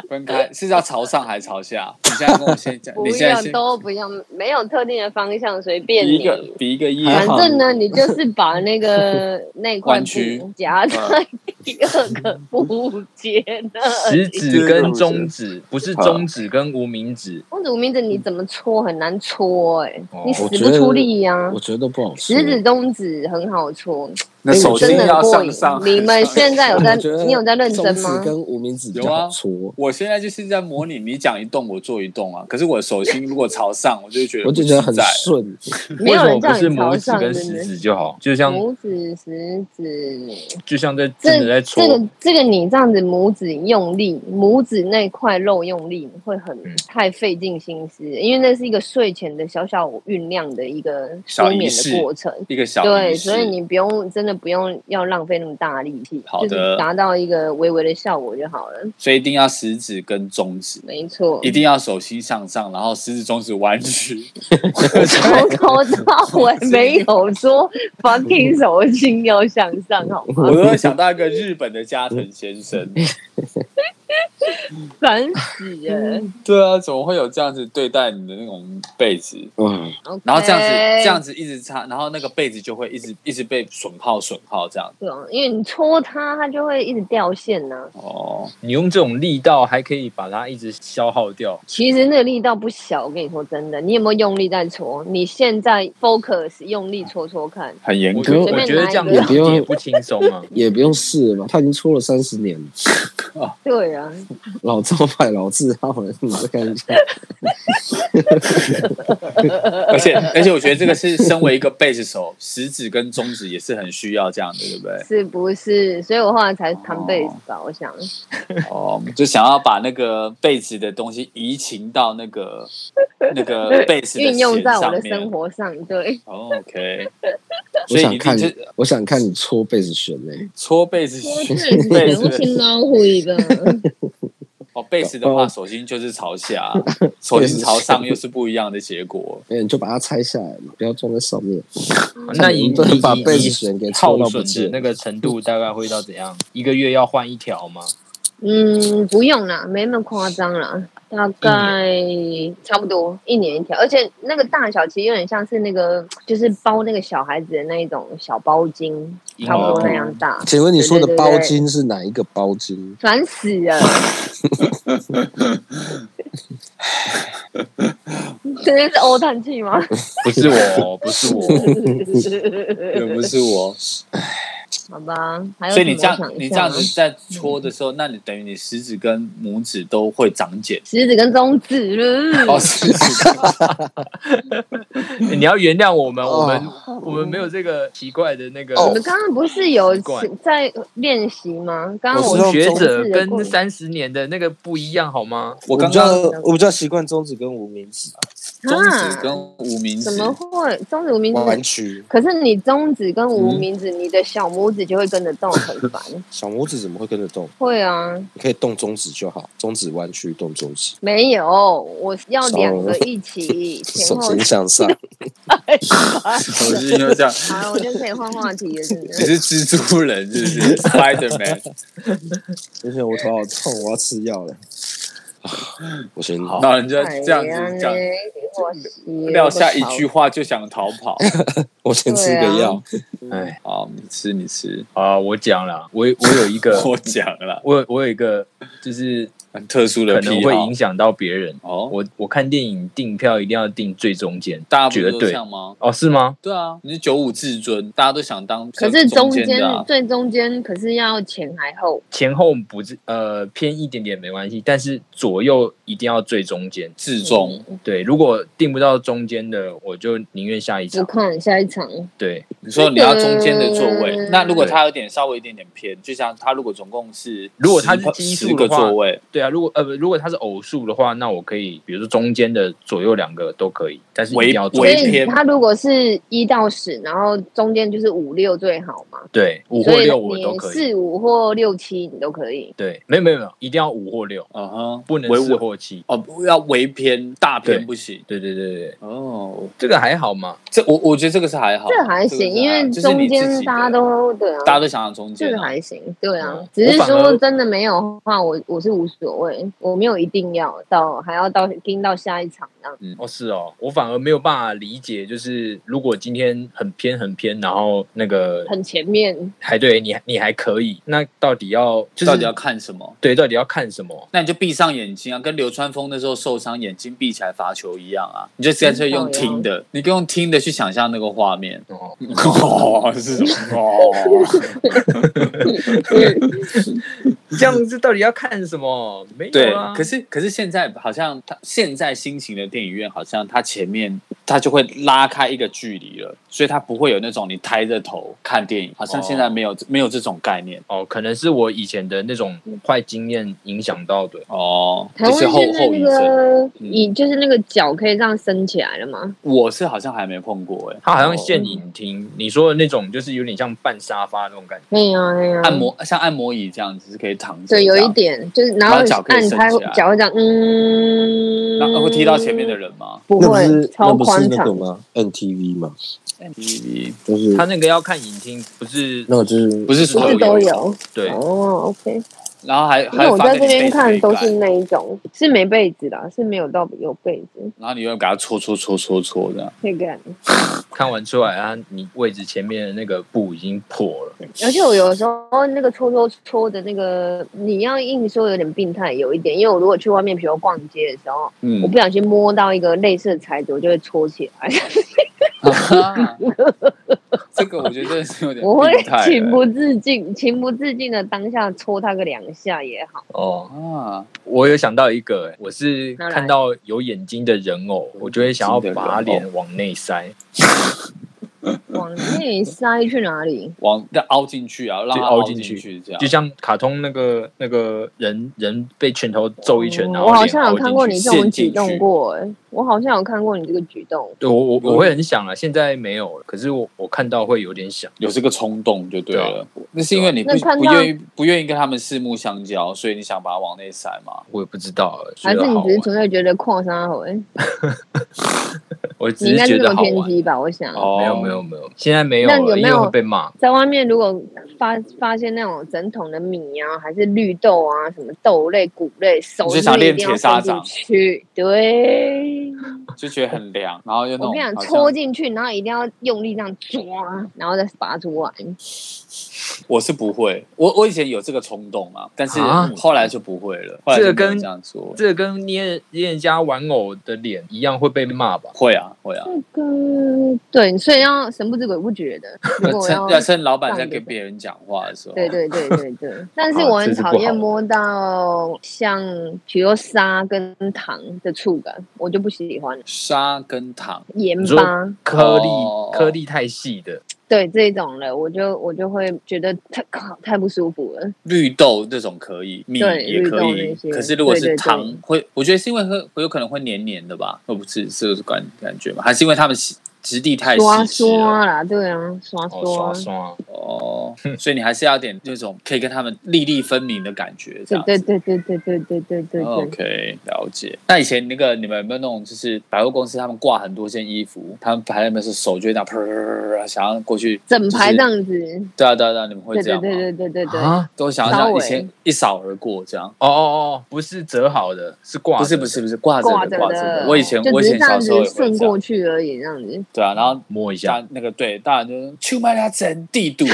分开是要朝上还是朝下？你现在跟我先讲，不你现在要先都不要，没有特定的方向，随便比一你。个比一个一，反正呢，你就是把那 <laughs> 个那块弯曲布夹在第二个部节 <laughs> 那里食指跟中指，不是啊中指跟无名指。公主名字你怎么搓很难搓哎、哦你死不出力啊呀、我觉得都不好吃。食指、中指很好搓，那手心真的要很过向瘾上。。你们现在有在 <laughs> 我觉得，你有在认真中指吗？跟无名指比较有啊好搓。我现在就是在模拟你讲一动，我做一动啊。可是我手心如果朝上，我就会觉得我就觉得很不自在顺，没为有什么人叫不是你朝拇指上，真跟的食是。指就好？就像拇指、食指，就像在真这的在这搓个这个你这样子拇指用力，拇指那块肉用力会很嗯太费尽心思，因为那是一个睡前的小小酝酿的一个小舒仪眠式的过程。一个小对，仪式所以你不用真的不用要浪费那么大的力气，好就的是达到一个微微的效果就好了。所以一定要食指跟中指，没错一，定要手心向上，然后食指中指弯曲。从头到 <laughs> 尾没有说 fucking 手心要向上，好吗我？都 <laughs> 会想到一个日本的加藤先生。烦死了。 <laughs> 对啊，怎么会有这样子对待你的那种被子？嗯， <laughs> 然后这样子 OK 这样子一直擦，然后那个被子就会一直一直被损耗损耗这样。对啊，因为你戳它，它就会一直掉线啊呐、哦，你用这种力道，还可以把它一直消耗掉。其实那个力道不小，我跟你说真的，你有没有用力在戳？你现在 focus 用力戳戳看，很严我格觉得随我便觉得拿一这样个子一定也不轻松 <laughs> 啊。也不用试了吧，他已经搓了三十年了，对啊，老招牌老字号了，你再看一下， <laughs> 而且而且我觉得这个是身为一个贝斯手，食指跟中指也是很需要这样的，对不对？啊是不是？所以我后来才弹贝斯吧，我想。哦，就想要把那个被子的东西移情到那个那个被子的运用在我的弦上面生。活上，对，哦 <laughs> OK，我所以想一看定是，我想看你搓贝斯弦呢、搓被子弦。确实老虎 <laughs> 的，哦，贝斯的话，手心就是朝下， <laughs> 手心朝上又是不一样的结果。哎、你就把它拆下来嘛，不要装在上面。那以不能你把以被你子弦给耗抽到不损的见那个程度，大概会到怎样？一个月要换一条吗？嗯，不用啦，没那么夸张啦，大嗯概差不多一年一条，而且那个大小其实有点像是那个，就是包那个小孩子的那一种小包巾，嗯婴差不儿多裤那样哦大，请问你说的对对包对巾是哪一个包巾？烦死了。真的是欧叹气吗？不是我，哦不 <laughs> 是我。又不是我，好吧，还有所以你这什么我样想一你这下样吗子在搓的时候，那你等于你食指跟拇指都会长 <laughs> 茧。食指跟中指了。哦，食指欸你要原谅我们，哦我们我们没有这个奇怪的那个。我们刚刚不是有习惯在练习吗？刚刚我我是们用学者中指的过跟三十年的那个不一样好吗？我比刚较刚我比较习惯中指跟无名指啊， <laughs> 中指跟啊无名指怎，么会中指无名弯指？曲。可是你中指跟无名指，你的小拇指就会跟着动，很烦。小拇指怎么会跟着动？会啊，你可以动中指就好，中指弯曲动中指，没有，我要两个一起前手后心 <laughs> 向上。手指就这样。好了，我就可以换话题了，真你 <laughs> 的。是蜘蛛人是 <laughs> 不是？Spider Man。而且我头 <sighs> 好痛，我要吃药了。我先好，那人家这样哎呀子讲，我洗撂下一句，话就想逃跑。我先吃啊个药，哎，好，你吃你吃，，啊，我讲了，我我有一个我讲了，我有我有一个，就是很特殊的可癖能好会影响到别人。哦。我我看电影订票一定要订最中间，大家不绝是都这对样吗？哦，是吗？对啊，你是九五至尊，大家都想当可是中中间的啊。最中间可是要前还后，前后不是呃偏一点点没关系，但是左右一定要最中间。至中，嗯对，如果订不到中间的，我就宁愿下一不场。看下一场。对，你说你要中间的座位，嗯那如果他有点稍微一点点偏，就像他如果总共是，如果他是奇十数个的话座位，对啊，如果呃不如果它是偶数的话，那我可以，比如说中间的左右两个都可以，但是一定要中所微间。以偏他如果是一到十，然后中间就是五六最好嘛，对，五或所以六我都你可以。四五或六七你都可以。对，没有没有没有，一定要五或六，嗯哼，不能微四微或七。哦，要微偏大偏对不行。对对对对，哦，这个还好嘛？这我我觉得这个是还好，这还个行，是因为就是中你自己间的大家都对啊，大家都想要中这间个啊、还行，对啊嗯，只我是反而说真的没有的话，我我是无所谓，我没有一定要到还要到盯到下一场这样。哦，是哦，我反而没有办法理解，就是如果今天很偏很偏，然后那个很前面，还对你你还可以，那到底要就是到底要看什么？对到底要看什么？。那你就闭上眼睛啊，跟流川枫那时候受伤眼睛闭起来罚球一样啊，你就干脆用听的，你可以用听的去想象那个画面哦，哦，是什么哦，这样子到底要看什么？没 <laughs> 对有啊。。可是可是现在好像它现在新型的电影院好像它前面它就会拉开一个距离了，所以它不会有那种你抬着头看电影，好像现在没有、没有这种概念哦，可能是我以前的那种坏经验影响到的。哦，台这湾是后现在后那遗症。个嗯以就是那个脚可以这样升起来了吗？我是好像还没碰过哎、它好像现影厅，你说的那种就是有点像半沙发那种感觉。哎呀哎呀，按摩像按摩椅这样子是可以躺着这对，样，有一点就是，然后后脚可以按伸它起来脚会这样，嗯，那会踢到前面的，人吗？不那不会是超那不是宽那敞个，吗？NTV 嘛，嗯就是他那个要看影厅，不是那个就是不是不所是都有，有对哦，OK。然后还因还为有我发在给这你边被子看被都盖是那一种，是没被子的，是没有到有被子然后你又给他搓搓搓搓搓这样，可以干。看完出来啊，你位置前面的那个布已经破了。而且我有时候那个搓搓搓的那个，你要硬说有点病态，有一点。因为我如果去外面，比如逛街的时候，嗯我不小心摸到一个类似的材质，我就会搓起来，啊 <laughs> 这个我觉得真的是有点我会病态情了不自禁、情不自禁的当下搓它个两下也好。哦，啊，我有想到一个、欸，我是哪来看到有眼睛的人偶，我就会想要把他有眼睛的人脸往内塞，往内塞去哪里？ <laughs> 往再凹进去啊，让它就凹进进去去这样就。像卡通那个那个人人被拳头揍一拳，哦然后我好脸像有凹进看过去你这种陷进举动去过、哎，我好像有看过你这个举动。对我我我会很想啊，现在没有了，可是我我看到会有点想。有这个冲动就对了，啊那是因为你不那看不到愿意不愿意跟他们四目相交，所以你想把它往内塞嘛？我也不知道欸，还觉是得你好只是玩，纯粹觉得矿山好玩，我你只应是该是觉这得么好偏玩。激吧？我想，哦，没有没有，没有，现在没有那有了，没因有为会被骂。在外面如果发发现那种整桶的米啊，还是绿豆啊，什么豆类、谷类，手你就想是一练定要铁砂伸掌进去。对，就觉得很凉，然后又那我种跟你讲，好像戳进去，然后一定要用力这样抓，然后再拔出来。我是不会，我我以前有这个冲动嘛，但是啊后来就不会了，后来就这个没有跟这样做。这个跟捏捏人家玩偶的脸一样会被骂吧？会啊，会啊，那个对，所以要神不知鬼不觉 <laughs> 的。如要果趁要要趁老板在让给跟别人讲话的时候，对对对对 <laughs> 对，但是我很讨啊厌摸到像比如说沙跟糖的触感，我就不喜欢沙跟糖，盐你巴说。颗粒、哦颗粒太细的，对这种了，我就我就会觉得太靠太不舒服了。绿豆这种可以，米对也可绿豆以那，些可是如果对是对对糖，会我觉得是因为会有可能会黏黏的吧，我不是是这个感感觉嘛，还是因为他们质地太刷细致了刷啦，对啊，刷哦，刷刷，刷，哦， <laughs> 所以你还是要点那种可以跟他们粒粒分明的感觉，这对样子哦对对对对对对对对对。 OK，了解。那以前那个你们有没有那种，就是百货公司他们挂很多件衣服，他们排在那边是手就会这样， <laughs> 啪，想要过去整排这的。样子，对啊，对啊，对啊，你们会对这对样吗？对对对对对，啊，都想要这稍样微一前一扫而过这样。哦哦哦，不是折好的，是挂，不是不是，是不是挂着挂的着挂着的的，。我以前就我以只是前这样小时候子也会顺这过样，去而已，这样子。对啊，然后摸一下，大那个对大人就是去卖他整地 <laughs> 肚，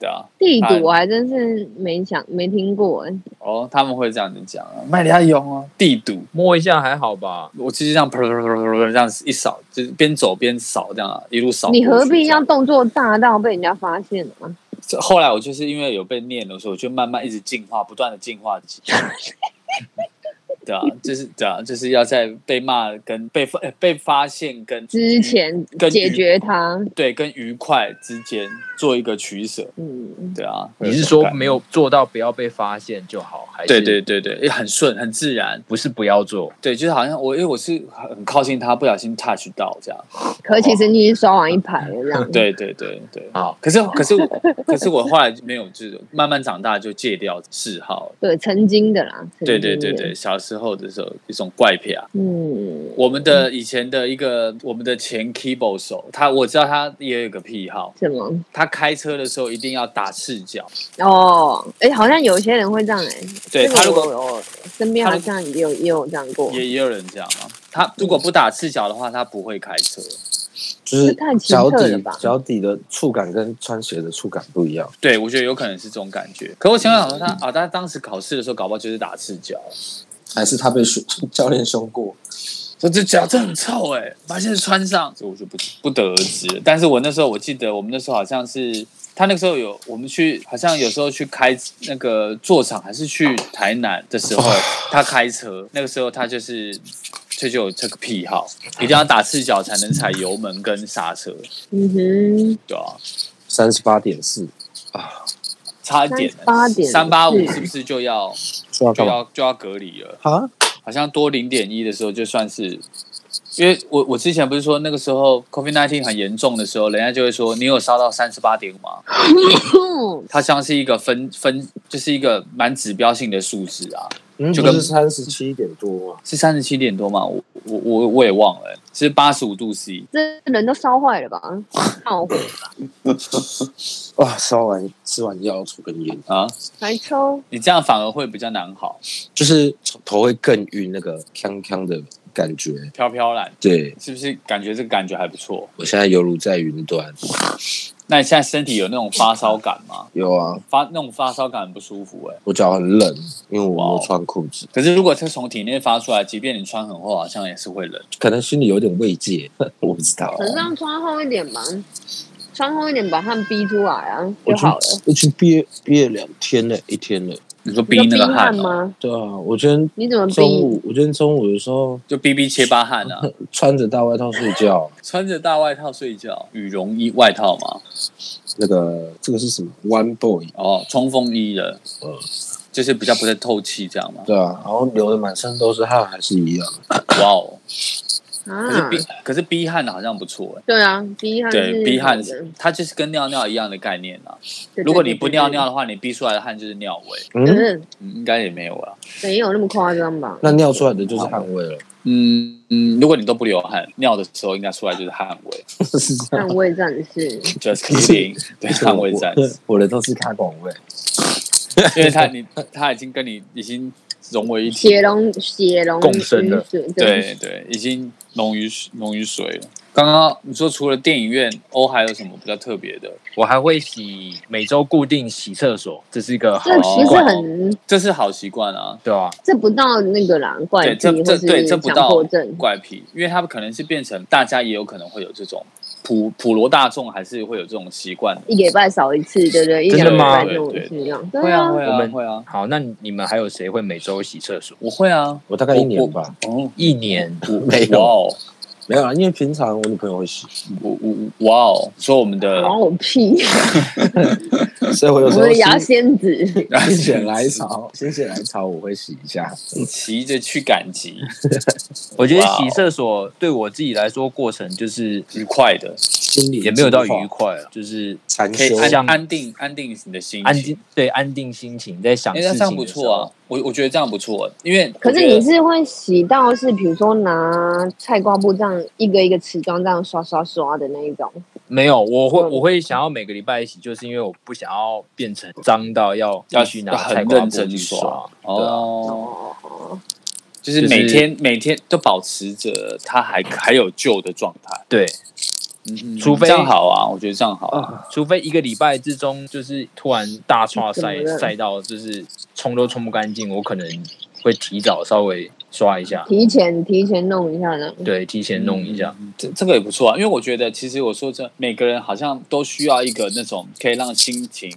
对啊，地哎主我还真是没想没听过，哎哦他们会这样子讲啊，卖他用啊地肚，摸一下还好吧？我就是这样啪啪啪啪啪这样一扫，就是边走边扫这样啊一路扫过去你这样。何必要动作大到被人家发现啊？这后来我就是因为有被念的时候，我就慢慢一直进化，不断的进化自己。 <laughs> 对啊，就是对啊，就是要在被骂跟被发、呃被发现跟之前嗯跟解决它，对跟愉快之间做一个取舍。嗯，对啊，你是说有没有做到不要被发现就好，还是这种感觉？对对，对对，也很顺很自然。不是不要做，对，就是好像我因为我是很靠近他，不小心 touch 到这样。可其实你已经刷完一排了，这样。哦对对对对。好，可是可是我可是我后来就没有，就是慢慢长大就戒掉嗜好。对，曾经的啦，曾对经对的对对，，小时候的时候一种怪癖啊。嗯，我们的以前的一个我们的前 keyboard 手，他我知道他也有个癖好，什么？他开车的时候一定要打赤脚。哦，哎，好像有些人会这样哎，对这个他如果我我身边他好如像也有也有这样过，也也有人这样吗？他如果不打赤脚的话，他不会开车。就是这太奇脚特了底吧脚底的触感跟穿鞋的触感不一样，对，我觉得有可能是这种感觉。可我想想，他啊，他当时考试的时候，搞不好就是打赤脚，还是他被凶 <laughs> 教练凶过？说这脚这很臭哎、把现在穿上，这我就不不得而知了。但是我那时候我记得，我们那时候好像是他那个时候有我们去，好像有时候去开那个坐场，还是去台南的时候，他开车，那个时候他就是。这就有这个癖好，一定要打赤脚才能踩油门跟刹车，嗯哼，对啊，三十八点四啊，差一点38.4三八五是不是就要说要就干嘛要就要隔离了？啊？好像多零点一的时候就算是，因为我我之前不是说那个时候 COVID nineteen 很严重的时候，人家就会说你有烧到三十八点五吗？它像是一个分分，就是一个蛮指标性的数字啊，嗯，就就跟是三十七点多啊嘛，是三十七点多吗？我我我我也忘了、是八十五度 C。这人都烧坏了吧？懊悔啊，烧完吃完药抽根烟，啊，还抽，你这样反而会比较难好，就是头会更晕，那个锵锵的感觉。飘飘然对是不是？感觉这个感觉还不错。我现在犹如在云端，那你现在身体有那种发烧感吗？有啊，发那种发烧感很不舒服哎、我脚很冷，因为我哇没哦穿裤子，可是如果是从体内发出来，即便你穿很厚，好像也是会冷。可能心里有点慰藉， <laughs> 我不知道。啊可是让穿厚一点吧，穿厚一点把汗逼出来啊我就去好了。，我去憋憋两天了，一天了。你说你逼说那逼个汗哦汗吗？吗？对啊，我今天你怎么中逼？午，我今天中午的时候就逼逼切巴汗啊，穿着大外套睡觉，穿着大外套睡觉，羽绒衣外套嘛，那个这个是什么？One Boy，哦，冲锋衣的，呃，就是比较不太透气这样嘛。对啊，然后流的满身都是汗，还是一样。哇哦，可是啊逼，可是逼汗好像不错哎、对啊，逼汗是对，逼汗好的它就是跟尿尿一样的概念啊。对如果对你对不对尿对尿的话，你逼出来的汗就是尿味，嗯，嗯，嗯应该也没有了。没有那么夸张吧？那尿出来的就是汗味了，嗯嗯，如果你都不流汗，尿的时候应该出来就是汗味。是这样捍。卫战士， Just kidding，对，汗味战士。我的都是卡广味，因为他你他已经跟你已经融为一体血了，龙血龙共生的鱼水，对对，已经溶于溶于水了。刚刚你说除了电影院，欧还有什么比较特别的？我还会洗，每周固定洗厕所，这是一个好这习其哦实惯，很，这是好习惯啊，对吧？这不到那个啦，怪对，癖这或这对是这不强到迫症，怪癖，因为他们可能是变成大家也有可能会有这种普普罗大众还是会有这种习惯的。一礼拜少一次，对不对？一真的两个礼吗拜弄对一对次一样，会对啊啊，会我啊们会啊，好，那你们还有谁会每周洗厕所？我会啊，我大概一年吧，哦，一年没哇有，哦，没有啊，因为平常我女朋友会 <laughs> 洗，我我哇哦，说我们的然后我屁，所以我有我时候的牙心仙子， <laughs> 心血来潮，心血来潮我会洗一下。骑着去赶集，我觉得哇哦洗厕所对我自己来说过程就是愉快的，心里也没有到愉快了，就是禅可以修，像安安定安定你的心情安静，对安定心情，在想哎，事那情这的时候。样不错啊，我我觉得这样不错，因为可是我觉你得是会洗到是，比如说拿菜瓜布这样一个一个匙羹这样刷刷刷的那一种，没有，我会嗯我会想要每个礼拜一洗，就是因为我不想要变成脏到要要必须拿要很菜瓜认布真去刷刷。对啊，哦，哦，就是就是每天每天都保持着它还还有救的状态，对，嗯除非这样好啊，我觉得这样好啊，除非一个礼拜之中就是突然大刷怎么晒了晒到就是冲都冲不干净，我可能会提早稍微刷一下，提前提前弄一下呢。对，提前弄一下。嗯，这这个也不错啊，因为我觉得其实我说这每个人好像都需要一个那种可以让心情。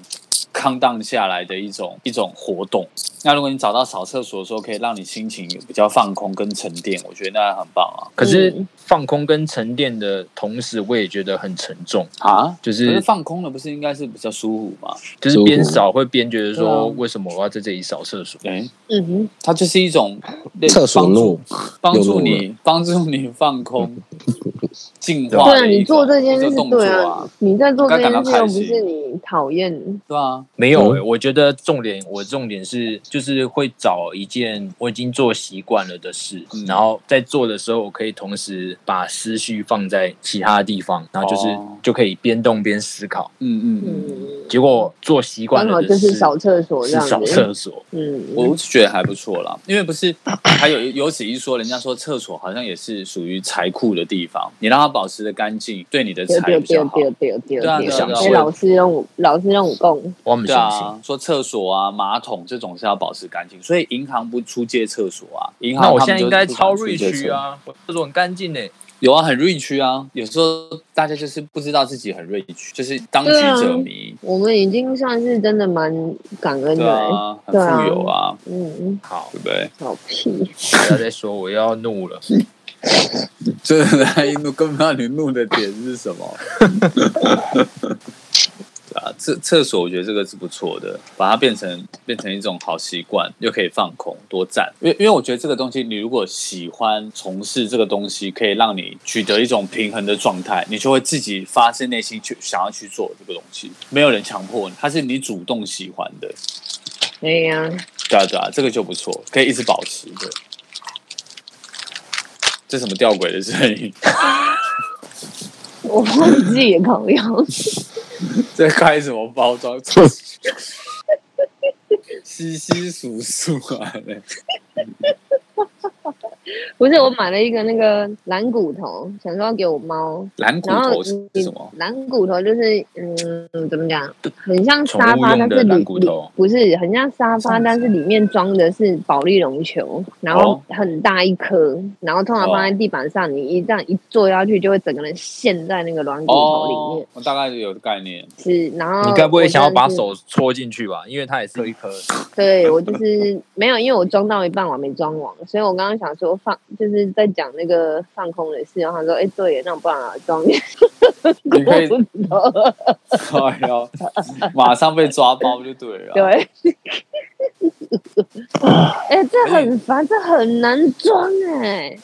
康荡下来的一种一种活动。那如果你找到扫厕所的时候，可以让你心情比较放空跟沉淀，我觉得那很棒啊可是嗯放空跟沉淀的同时，我也觉得很沉重，啊！就可是是放空了，不是应该是比较舒服吗？就是边扫会边觉得说，对啊为什么我要在这里扫厕所？哎、嗯哼，它就是一种厕所怒，帮助帮又怒助了你帮助你 <laughs> 放空、净化对啊，的一你做这件一事个动作对啊啊，，你在做这件我刚事感到又开不心是你讨厌，对啊，没有、嗯欸，我觉得重点，我重点是就是会找一件我已经做习惯了的事，嗯然后在做的时候，我可以同时把思绪放在其他地方，然后就是、哦就可以边动边思考。嗯嗯嗯，嗯，结果做习惯刚好了就的是事扫厕所这是样扫子，厕所，嗯，我是觉得还不错啦，因为不 <coughs> 是还有有此一说，人家说厕所好像也是属于财库的地方，你让它保持的干净，对你的丢财丢比较丢好。丢丢丢对啊对啊对啊所以老师让我老师让我供，我们对信心。啊，说厕所啊、马桶这种是要保持干净，所以银行不出借厕所啊，银行那我他现们在应该就不超想出瑞借区厕所啊，我厕所很干净欸诶。有啊，很瑞区啊。有时候大家就是不知道自己很瑞区，就是当局者迷，我们已经算是真的蛮感恩对的欸，啊，很对啊富有啊，嗯，好对，不对？好屁，不要再说，我又要怒 <laughs> 了。哦真的来一怒，更不知道你怒的点是什 <laughs> 么。对啊，厕厕所我觉得这个是不错的，把它变成变成一种好习惯，又可以放空，多赞。因为因为我觉得这个东西，你如果喜欢从事这个东西，可以让你取得一种平衡的状态，你就会自己发自内心去想要去做这个东西，没有人强迫你，它是你主动喜欢的。对哎呀，对啊，对啊，这个就不错，可以一直保持。对，这什么吊诡的声音？我忘记也搞样。在开什么包装？稀稀疏疏啊！ <laughs> 不是，我买了一个那个蓝骨头，想说要给我猫。蓝骨然后头是你什么？蓝骨头就是嗯，怎么讲？很像沙宠物发，用但的是蓝里骨里头不是很像沙发，但是里面装的是保利龙球，然哦后很大一颗，然后通常哦放在地板上，你一这样一坐下去，就会整个人陷在那个软骨头里哦面。，我大概有概念。是，然后你该不会我想要真的把是？手戳进去吧？因为它也是一颗。对我就是没有，因为我装到一半我还没装完，所以我刚刚想说放，就是在讲那个放空的事，然后他说，哎、对耶，那我不然啊装你可以，哦，哎呦，马上被抓包就对了。啊对， <laughs> 哎、这很烦，这很难装哎、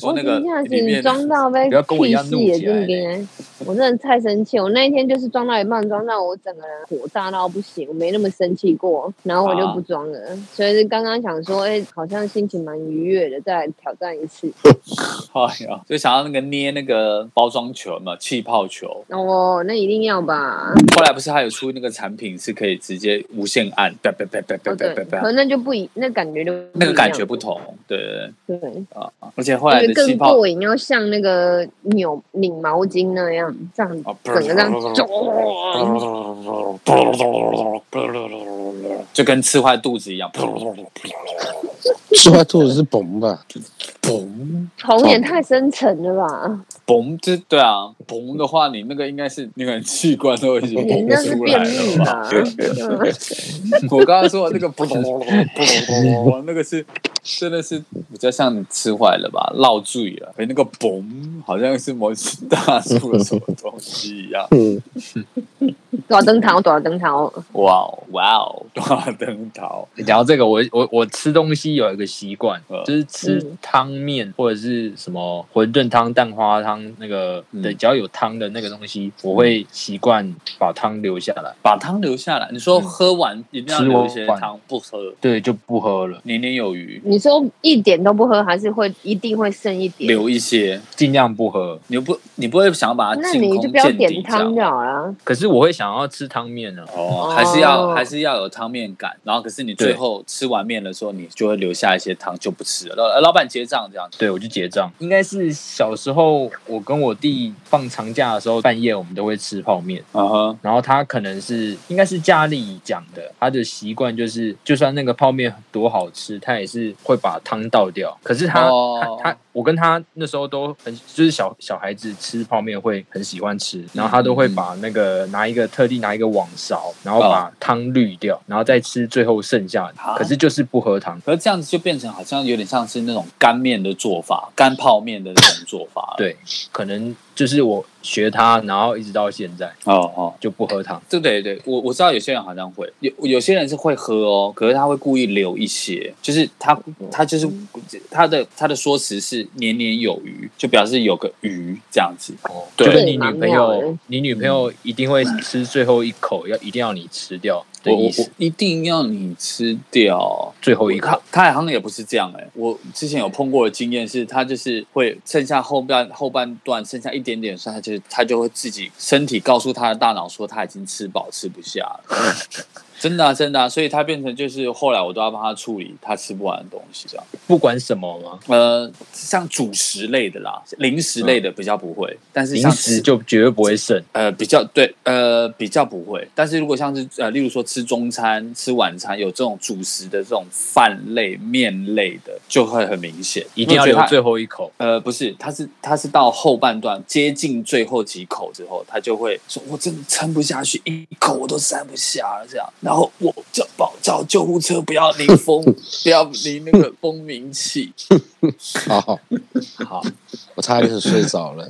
说那个我等一下里是面装到被不要跟我一屁样事怒也起来进边，我真的太生气。我那一天就是装到一半，装到我整个人火大到不行，我没那么生气过，然后我就啊不装了。所以是刚刚想说，哎、好像心情蛮愉悦的，再来挑战一次。哎呀，就想要那个捏那个包装球嘛，气泡球。哦，那一定要吧？后来不是还有出那个产品是可以直接无限按，叭叭叭叭叭哦，叭对，叭叭可，那就不一，那感觉就不那个一感样觉不，同。对对对对。啊，而且后来就是的气更泡过瘾，要像那个扭拧毛巾那样，这样啊，整个这样撞，就跟吃坏肚子一样，吃坏兔子是 <laughs> 嘣吧？嘣红也太深沉了吧？嘣，这对啊，嘣的话，你那个应该是那个器官 <laughs> 都已经 <laughs> 你蹦那是出来便秘了 <laughs> 吧？吧？嗯 <laughs> 我刚刚说的那个嘣，那个是真的是比较像你吃坏了吧，落醉了，哎，那个嘣，好像是某只大树的什么东西一样。嗯，多少灯塔，多少灯塔哦，哇哦哇哦，大灯桃，聊这个，我我我吃东西有一个习惯嗯，就是吃嗯汤面或者是什么馄饨汤、蛋花汤那个嗯的，只要有汤的那个东西，我会习惯把汤留下来，把汤留下来。你说喝完一定要留一些吃完汤，不喝对，就不喝了，年年有余，你说一点都不喝，还是会一定会剩一点？留一些。尽量不喝。你不你不会想把它那进你就空不要见点底这汤样就。好了。可是我会想要吃汤面呢，哦，还是要哦还是要有汤面感，然后可是你最对后吃完面的时候，你就会留下一些汤就不吃了。呃老老板结账这样子，对我就结账。应该是小时候我跟我弟放长假的时候，半夜我们都会吃泡面。啊哈，然后他可能是应该是家里讲的，他的习惯就是，就算那个泡面多好吃，他也是会把汤倒掉。可是他、哦他他，我跟他那时候都很就是小小孩子吃泡面会很喜欢吃，然后他都会把那个拿一个特地拿一个网勺，然后把汤滤掉，然后再吃最后剩下的啊。可是就是不喝汤。可是这样子就变成好像有点像是那种干面的做法，干泡面的那种做法。，对，可能就是我学他，然后一直到现在哦哦，就不喝汤。对对对，我我知道有些人好像会有有些人是会喝哦，可是他会故意留一些，就是他他就是他的他的说辞是年年有余，就表示有个余这样子。哦，对就是你对女蛮朋妙友的，嗯你女朋友一定会吃最后一口，要一定要你吃掉的我我意我思，一定要你吃掉，最后一他口。哦他好像也不是这样哎、我之前有碰过的经验是，他就是会剩下后半后半段剩下一点点的时候，他就他就会自己身体告诉他的大脑说他已经吃饱吃不下了， <laughs> 真的啊、真的、啊，所以他变成就是后来我都要帮他处理他吃不完的东西这样。不管什么吗？呃，像主食类的啦，零食类的比较不会，但是零像食吃就绝对不会剩。呃，比较对，呃，比较不会。但是如果像是呃，例如说吃中餐、吃晚餐，有这种主食的这种饭类、面类的，就会很明显，一定要留因为最它。后一口，呃，不是，它是它是到后半段接近最后几口之后，他就会说：“我真的撑不下去，一口我都塞不下了。”这样，然后我叫保叫救护车，不要淋风，不要淋那个蜂鸣气。 <laughs> 好，好，我差点就睡着 <laughs> 了，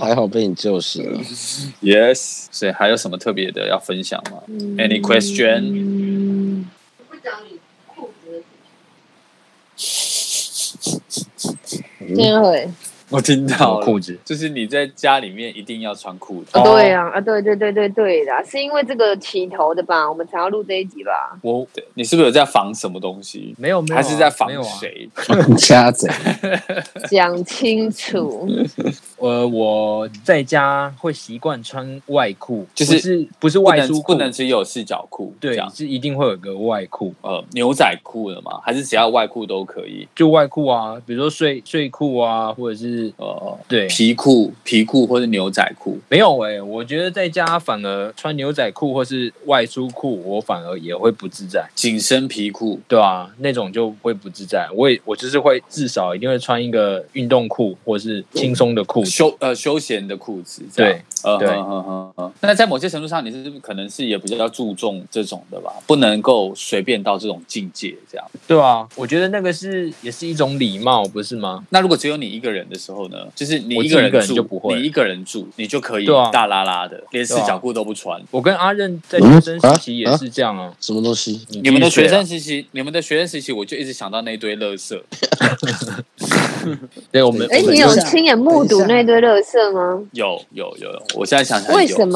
还好被你救醒 <laughs> 了。 Yes，所以还有什么特别的要分享吗？Any question？真的会我听到好了裤子。就是你在家里面一定要穿裤子。啊，对啊，啊，对对对对对的，是因为这个起头的吧？我们才要录这一集吧？我对你是不是有在防什么东西？没有没有啊，还是在防没有啊？谁？家贼，讲清楚，呃，我在家会习惯穿外裤，就是不是不是不外能出不裤，能只有四角裤，这对样，是一定会有个外裤，呃，牛仔裤了吗？还是只要外裤都可以？就外裤啊，比如说睡睡裤啊，或者是呃，对皮裤、皮裤或者牛仔裤。没有哎、我觉得在家反而穿牛仔裤或是外出裤，我反而也会不自在，紧身皮裤，对啊，那种就会不自在。我也我就是会至少一定会穿一个运动裤或是轻松的裤子，休呃休闲的裤子，这样，呃对哼哼哼哼那在某些程度上，你是可能是也比较注重这种的吧，不能够随便到这种境界这样。对啊，我觉得那个是也是一种礼貌，不是吗？那如果只有你一个人的时候呢？就是你我一个人自己一个人住，就不会你一个人住，你就可以对啊大拉拉的，连四对啊角裤都不穿。我跟阿任在学生时期嗯啊也是这样啊。什么东西？你你们的继续学睡啊生时期，你们的学生时期，我就一直想到那堆垃圾。对我们，哎，我们你有亲眼目睹那堆垃圾吗？有有有有，我现在想想哎为有什？么？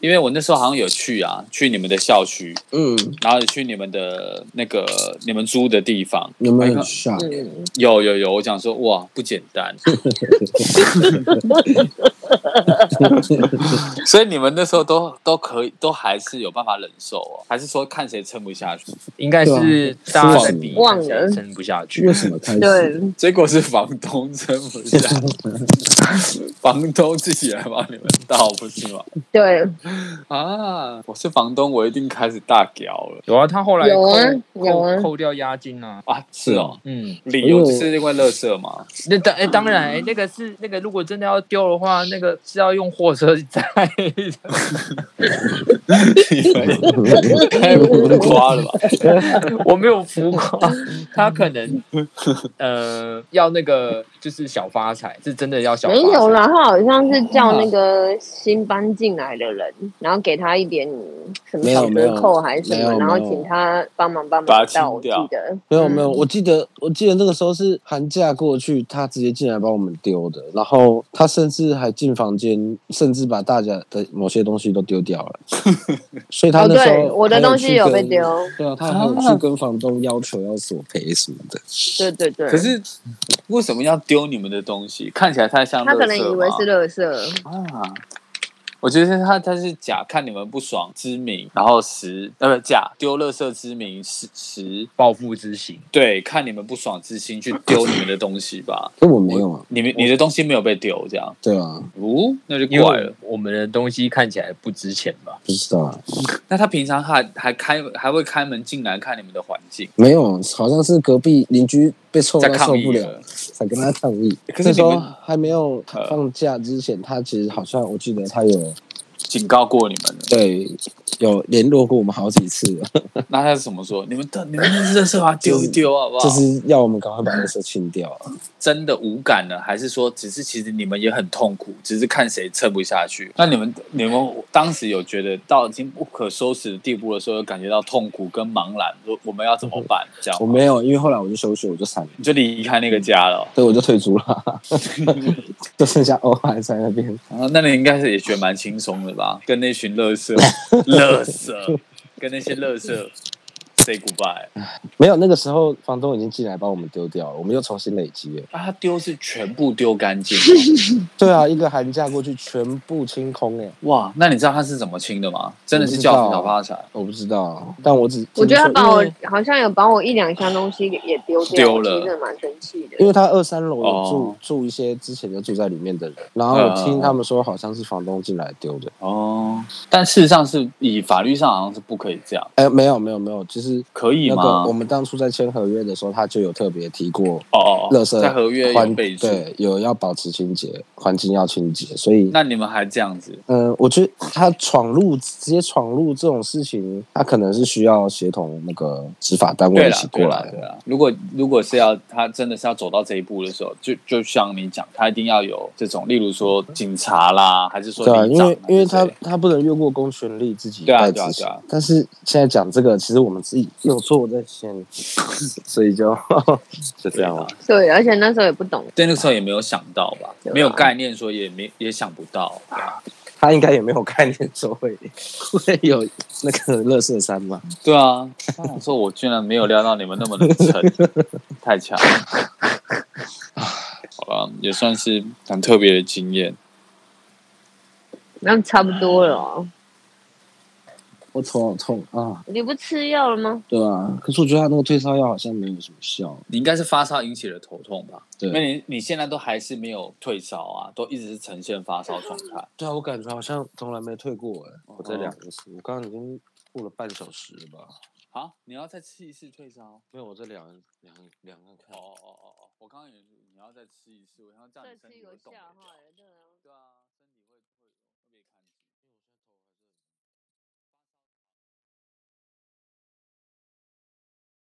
因为我那时候好像有去啊，去你们的校区，嗯，然后也去你们的那个你们租的地方。有没有很吓人？有有有，我想说哇，不简单。 <laughs> 所以你们那时候都都可以，都还是有办法忍受哦，还是说看谁撑不下去？ <laughs> 应该是大家在比，对啊忘了谁撑不下去为。什么开始？对，结果是房东撑不下， <laughs> 房东自己来帮你们倒，不是吗？对，啊，我是房东，我一定开始大屌了有啊，他后来有扣啊有啊扣扣掉押金啊。啊！是哦，嗯，理由就是因为垃圾嘛。 <laughs> 那当哎，当然，哎，那个是那个，如果真的要丢的话，那那个是要用货车去载的，你们太浮夸了吧？我没有浮夸，他可能呃要那个就是小发财，是真的要小发没财。有啦，他好像是叫那个新搬进来的人，然后给他一点什么没有小没有折扣还是什没么，有然后没有请他帮忙帮把忙它清倒，我记掉得没 <laughs> 有没嗯有，我记得我记得那个时候是寒假过去，他直接进来帮我们丢的，然后他甚至还进房间，甚至把大家的某些东西都丢掉 <laughs> 了，所以他哦，那时候、对，我的东西有被丢。，对啊，他还有去跟房东要求要索赔什么的，对对对。可是为什么要丢你们的东西？看起来太像他可垃能圾以为吗是垃圾，啊。我觉得他他是假看你们不爽之名，然后实呃不假丢垃圾之名实实报复之行，对看你们不爽之心去丢你们的东西 <laughs> 吧。可我没有啊，你们你的东西没有被丢，这样对啊，哦，那就因怪了为。我们的东西看起来不值钱吧？不知道啊，那他平常还还开还会开门进来看你们的环境，没有，好像是隔壁邻居被臭在到受抗议不了了，。才跟他抗议。可是那你时候们呃还没有放假之前，他其实好像我记得他有警告过你们了，对有联络过我们好几次了，那他是怎么说？你们的你们垃圾把它丢一丢好不好？就是要我们赶快把垃圾清掉啊。真的无感了，还是说只是其实你们也很痛苦，只是看谁撑不下去？那你们你们当时有觉得到已经不可收拾的地步的时候，有感觉到痛苦跟茫然，说我们要怎么办？这样我没有，因为后来我就休学，我就散了，你就离开那个家了。哦对，我就退租了， <laughs> 就剩下欧还在那边。啊，那你应该是也觉得蛮轻松的吧？跟那群乐色、乐色，跟那些乐色 say goodbye 没有，那个时候房东已经进来帮我们丢掉了，我们又重新累积了。啊！他丢是全部丢干净哦对啊，一个寒假过去全部清空哎、欸哦，哇！那你知道他是怎么清的吗？真的是我不知道教小发财我不知道啊，但我只我觉得他听说把我因为好像有把我一两箱东西也丢掉，嗯丢我其了实真的蛮生气的因。为他二三楼有住、哦住一些之前就住在里面的人，然后我听他们说好像是房东进来丢的。哦。但事实上是以法律上好像是不可以这样，哎、没有没有没有，就是可以那吗？个我们当初在签合约的时候，他就有特别提过，哦，垃圾在合约有环备注，对有要保持清洁，环境要清洁，所以。那你们还这样子？嗯、我觉得他闯入直接闯入这种事情，他可能是需要协同那个执法单位对一啦起，过对来啦，对啦。如果如果是要他真的是要走到这一步的时候，就就像你讲，他一定要有这种，例如说警察啦，还是说对啊，里因长为因为还他是谁他不能越过公权力自己对啊来对啊执行对啊。但是现在讲这个，其实我们自己有错在先，所以就就这样了。对，而且那时候也不懂，啊对那个时候也没有想到吧对，啊没有概念，说也没也想不到。对啊他应该也没有概念说会会有那个乐色山嘛？对啊，他想说我居然没有料到你们那么的 <laughs> 沉，太强了。 <laughs> 好了，也算是很特别的经验。那差不多了哦。我头好痛啊，你不吃药了吗？对啊。可是我觉得他那个退烧药好像没有什么效。你应该是发烧引起了头痛吧？对因为你你现在都还是没有退烧啊，都一直是呈现发烧状态。对啊，我感觉好像从来没退过哎、我这哦两次，我刚刚已经过了半小时了吧？好，你要再吃一次退烧。哦没有，我这两两两个看。哦哦哦哦，我刚刚以为你要再吃一次，我想要这样你身体会动的。对啊。